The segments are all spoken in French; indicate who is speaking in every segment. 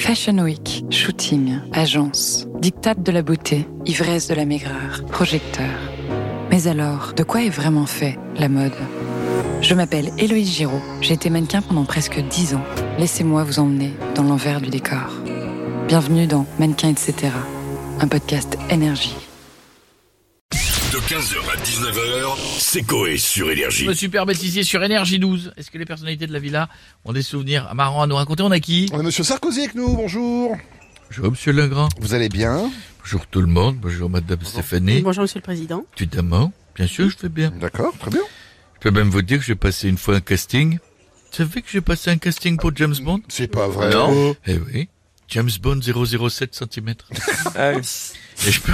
Speaker 1: Fashion Week, shooting, agence, dictate de la beauté, ivresse de la maigreur, projecteur. Mais alors, de quoi est vraiment fait la mode Je m'appelle Héloïse Giraud, j'ai été mannequin pendant presque 10 ans. Laissez-moi vous emmener dans l'envers du décor. Bienvenue dans Mannequin etc., un podcast énergie.
Speaker 2: De 15h à 19h, c'est Coé sur Énergie.
Speaker 3: Le super bêtisier sur Énergie 12. Est-ce que les personnalités de la villa ont des souvenirs marrants à nous raconter On a qui
Speaker 4: On a Euh, Monsieur Sarkozy avec nous, bonjour.
Speaker 3: Bonjour Monsieur Legrand.
Speaker 4: Vous allez bien
Speaker 3: Bonjour tout le monde. Bonjour Madame Stéphanie.
Speaker 5: Bonjour Monsieur le Président.
Speaker 3: Tu t'amours Bien sûr, je fais bien.
Speaker 4: D'accord, très bien.
Speaker 3: Je peux même vous dire que j'ai passé une fois un casting. Tu savais que j'ai passé un casting pour James Bond
Speaker 4: C'est pas vrai.
Speaker 3: Non. Eh oui. James Bond 007 cm. Ah Et je peux,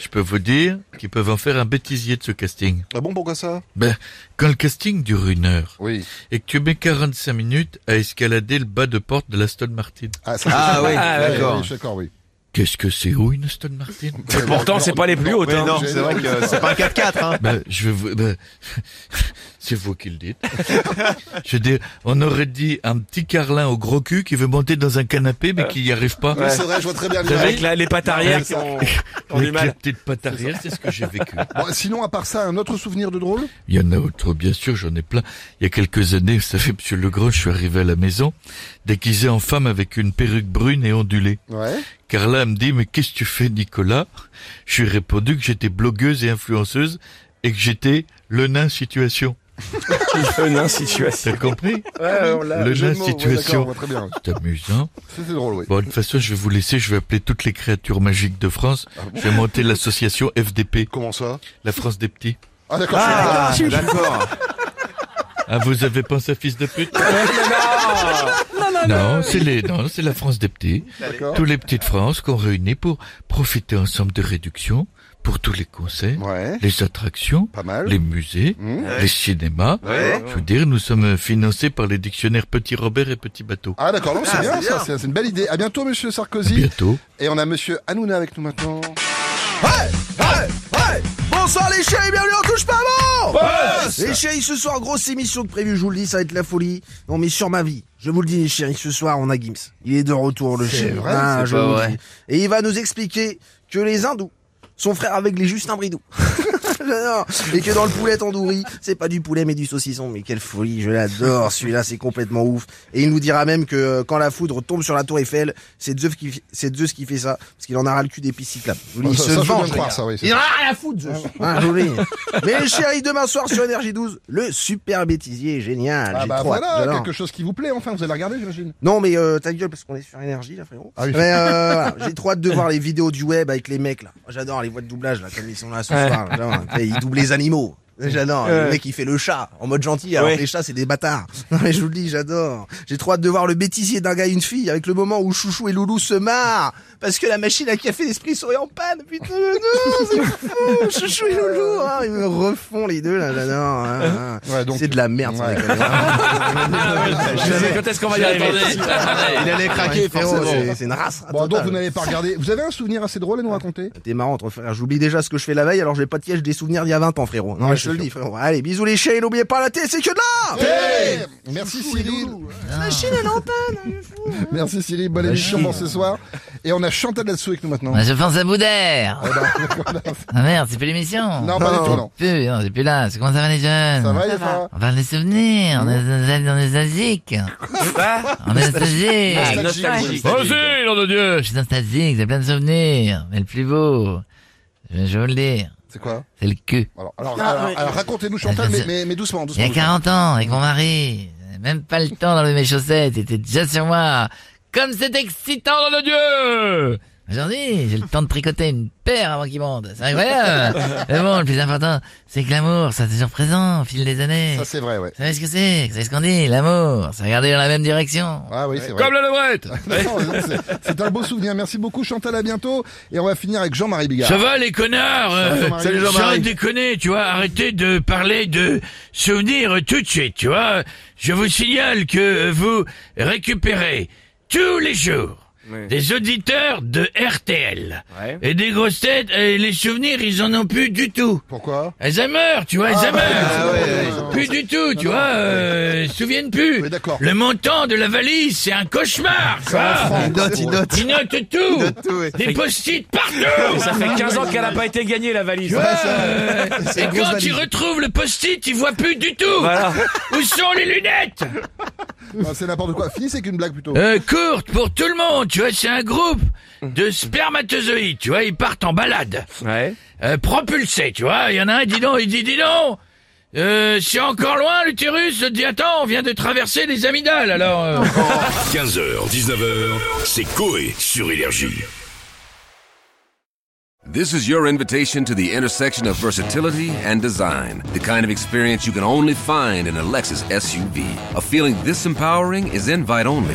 Speaker 3: je peux vous dire qu'ils peuvent en faire un bêtisier de ce casting.
Speaker 4: Ah bon, pourquoi ça
Speaker 3: Ben, quand le casting dure une heure
Speaker 4: Oui.
Speaker 3: et que tu mets 45 minutes à escalader le bas de porte de la Stone Martin,
Speaker 4: Ah, ça,
Speaker 6: Ah
Speaker 4: c'est-
Speaker 6: oui, d'accord.
Speaker 4: oui, je suis d'accord, oui.
Speaker 3: Qu'est-ce que c'est où une Aston Martin
Speaker 6: Et pourtant, c'est pas les plus hautes.
Speaker 4: mais
Speaker 6: hein.
Speaker 4: non, c'est vrai que
Speaker 6: c'est pas un 4x4. Hein.
Speaker 3: Ben, je vais vous, ben, c'est vous qui le dites. je veux dire, on aurait dit un petit carlin au gros cul qui veut monter dans un canapé mais qui n'y arrive pas.
Speaker 4: Oui, c'est vrai, je vois très bien
Speaker 6: Avec
Speaker 4: l'image.
Speaker 6: la- les pattes arrière
Speaker 4: Ouais,
Speaker 6: qui
Speaker 4: ça.
Speaker 6: ont, qui ont du
Speaker 3: Avec la
Speaker 6: mal.
Speaker 3: petite patte arrière, c'est ce que j'ai vécu.
Speaker 4: Bon, sinon, à part ça, un autre souvenir de drôle
Speaker 3: Il y en a autre, bien sûr, j'en ai plein. Il y a quelques années, vous savez, monsieur Legrand, je suis arrivé à la maison, déguisé en femme avec une perruque brune et ondulée.
Speaker 4: Ouais.
Speaker 3: Carla me dit, mais qu'est-ce que tu fais, Nicolas? Je lui ai répondu que j'étais blogueuse et influenceuse et que j'étais le nain situation.
Speaker 6: Le nain situation.
Speaker 3: T'as compris?
Speaker 4: Euh,
Speaker 3: Le
Speaker 4: Jeu
Speaker 3: nain
Speaker 4: de mots, ouais,
Speaker 3: situation.
Speaker 4: d'accord, ouais, très bien.
Speaker 3: C'est amusant.
Speaker 4: Ça, C'est drôle, oui.
Speaker 3: Bon, de toute façon, je vais vous laisser. Je vais appeler toutes les créatures magiques de France. Je vais monter l'association FDP,
Speaker 4: Comment ça
Speaker 3: la France des petits.
Speaker 4: Ah d'accord,
Speaker 6: Ah, d'accord.
Speaker 3: Ah, vous avez pensé à fils de pute
Speaker 6: Ah,
Speaker 3: Non, c'est les, non, c'est la France des petits.
Speaker 4: je suis d'accord.
Speaker 3: Tous les petits de France qu'on réunit pour profiter ensemble de réductions, pour tous les concerts,
Speaker 4: Ouais,
Speaker 3: les attractions,
Speaker 4: pas mal.
Speaker 3: les musées,
Speaker 4: Hmm
Speaker 3: les cinémas.
Speaker 6: Ouais.
Speaker 3: Je veux dire, nous sommes financés par les dictionnaires Petit Robert et Petit Bateau.
Speaker 4: Ah d'accord, non, c'est bien, ça, c'est c'est une belle idée. À bientôt, Monsieur
Speaker 3: À
Speaker 4: Sarkozy.
Speaker 3: bientôt.
Speaker 4: Et on a Monsieur Hanouna avec nous maintenant.
Speaker 7: Bonsoir les chéris, bienvenue on touche pas bon Les chéris, ce soir, grosse émission de prévu, je vous le dis, ça va être la folie. Non mais sur ma vie, je vous le dis les chéris, ce soir on a Gims. Il est de retour le chef.
Speaker 4: vrai,
Speaker 7: Ah,
Speaker 6: c'est
Speaker 7: je
Speaker 6: pas
Speaker 7: vous le
Speaker 6: vrai.
Speaker 7: dis. Et il va nous expliquer que les hindous sont frères avec les Justin Bridou. J'adore. Et que dans le poulet tandoori, c'est pas du poulet mais du saucisson. Mais quelle folie, je l'adore, celui-là c'est complètement ouf. Et il nous dira même que euh, quand la foudre tombe sur la tour Eiffel, c'est Zeus qui, fi- c'est Zeus qui fait ça, parce qu'il en a ras le cul des pistes cyclables. Je vous le
Speaker 4: Ah,
Speaker 7: dis,
Speaker 4: Ça, ça,
Speaker 7: il se
Speaker 4: je veux bien
Speaker 7: venge,
Speaker 4: croire, ça, oui. c'est
Speaker 7: il en a rien à foutre, Zeus. Hein, je vous le dis. Mais les chéris, demain soir sur Énergie 12, le super bêtisier, génial.
Speaker 4: Ah
Speaker 7: J'ai
Speaker 4: bah
Speaker 7: trop hâte,
Speaker 4: voilà,
Speaker 7: j'adore.
Speaker 4: quelque chose qui vous plaît, enfin, vous allez la regarder, j'imagine.
Speaker 7: Non, mais euh, ta gueule, parce qu'on est sur Énergie, là, frérot.
Speaker 4: Ah oui.
Speaker 7: Mais euh, voilà, j'ai trop hâte de voir les vidéos du web avec les mecs, là. J'adore les voix de doublage, là, comme ils sont là ce soir. là, j'adore. Et Ils doublent les animaux. J'adore.
Speaker 6: Ouais.
Speaker 7: Le mec, il fait le chat, en mode gentil, alors
Speaker 6: Ouais.
Speaker 7: que les chats, c'est des bâtards. Non, mais je vous le dis, j'adore. J'ai trop hâte de voir le bêtisier d'un gars et une fille, avec le moment où Chouchou et Loulou se marrent, parce que la machine à café d'esprit serait en panne. Putain, non, c'est fou. Chouchou et Loulou, hein, ils me refont les deux, là, j'adore. hein, hein.
Speaker 4: Ouais, donc-
Speaker 7: C'est de la merde, hein. ça,
Speaker 4: Ouais.
Speaker 7: les conneries.
Speaker 6: Quand est-ce qu'on va y arriver
Speaker 7: Il allait craquer,
Speaker 4: forcément.
Speaker 7: C'est c'est une race.
Speaker 4: Bon, donc
Speaker 7: totale.
Speaker 4: vous n'avez pas regardé. Vous avez un souvenir assez drôle à nous raconter
Speaker 7: T'es marrant, ton frère. J'oublie déjà ce que je fais la veille, alors j'ai pas de piège des souvenirs d'il y a 20 ans, frérot. Non, mais je te le dis, frérot. Allez, bisous les chiens, et n'oubliez pas la thé, c'est que de là
Speaker 4: Merci Cyril. Merci Cyril, bonne émission
Speaker 8: Chine.
Speaker 4: pour ce soir. Et on a Chantal là-dessous avec nous maintenant.
Speaker 8: Bah, je pense à Boudère Ah merde, c'est plus l'émission
Speaker 4: Eh ben, Non, pas du tout, non.
Speaker 8: Plus, non, c'est plus là. C'est- Comment ça va les jeunes
Speaker 4: Ça va, les
Speaker 5: va.
Speaker 4: frères
Speaker 8: On parle des souvenirs, on est, on est nostalgique On est nostalgique
Speaker 6: Hein Nostalgique.
Speaker 3: Vas-y, Ah, nom de Dieu
Speaker 8: Je suis nostalgique, j'ai plein de souvenirs Mais le plus beau, je, je vais vous le dire,
Speaker 4: C'est quoi
Speaker 8: c'est le cul
Speaker 4: Alors, alors,
Speaker 5: Ah,
Speaker 4: alors,
Speaker 5: ouais.
Speaker 4: alors, racontez-nous Chantal, mais, mais, mais doucement,
Speaker 8: Il y
Speaker 4: doucement.
Speaker 8: a 40 ans, avec mon mari, j'avais même pas le temps d'enlever mes chaussettes, c'était déjà sur moi. Comme c'est excitant, nom de Dieu Aujourd'hui, j'ai le temps de tricoter une paire avant qu'il monte. C'est incroyable Mais bon, le plus important, c'est que l'amour, ça c'est toujours présent au fil des années.
Speaker 4: Ça c'est vrai, ouais.
Speaker 8: Vous savez ce que c'est Vous savez ce qu'on dit L'amour, c'est regarder dans la même direction.
Speaker 4: Ah oui, c'est vrai.
Speaker 3: Comme la levrette
Speaker 4: Non, non, c'est- C'est un beau souvenir. Merci beaucoup Chantal, à bientôt. Et on va finir avec Jean-Marie Bigard.
Speaker 3: Ça va les connards euh,
Speaker 4: Jean-Marie. Salut, Jean-Marie.
Speaker 3: Sans déconner, tu vois, arrêtez de parler de souvenirs euh, tout de suite, tu vois. Je vous signale que euh, vous récupérez tous les jours
Speaker 6: Ouais.
Speaker 3: des auditeurs de RTL.
Speaker 6: Ouais.
Speaker 3: Et des grosses têtes, et les souvenirs, ils en ont plus du tout.
Speaker 4: Pourquoi Ah, bah,
Speaker 3: Alzheimer, tu vois, Alzheimer.
Speaker 4: ouais, Ah,
Speaker 3: plus du tout, tu vois, euh, ils se souviennent plus.
Speaker 4: Oui, d'accord.
Speaker 3: Le montant de la valise, c'est un cauchemar, quoi.
Speaker 4: Franck,
Speaker 7: il note.
Speaker 3: Ils notent tout.
Speaker 7: tout, ouais.
Speaker 3: Des post-it partout.
Speaker 6: Ça fait 15 ans qu'elle n'a pas été gagnée, la valise.
Speaker 3: Euh,
Speaker 4: c'est
Speaker 3: et
Speaker 4: une grosse
Speaker 3: quand ils
Speaker 4: valise.
Speaker 3: retrouvent le post-it, ils voient plus du tout.
Speaker 6: Voilà.
Speaker 3: Où sont les lunettes
Speaker 4: Non, C'est n'importe quoi. Finissez avec une blague plutôt.
Speaker 3: Euh, courte pour tout le monde, tu vois, c'est un groupe de spermatozoïdes, tu vois, ils partent en balade,
Speaker 6: Ouais.
Speaker 3: euh, propulsés, tu vois, il y en a un, dis donc, il dit, dis donc, euh, c'est encore loin l'utérus, l'autre dit, attends, on vient de traverser les amygdales, alors... euh.
Speaker 2: 15h, 19h, c'est Coé sur Énergie.
Speaker 5: This is your invitation to the intersection of versatility and design. The kind of experience you can only find in a Lexus SUV. A feeling this empowering is invite only.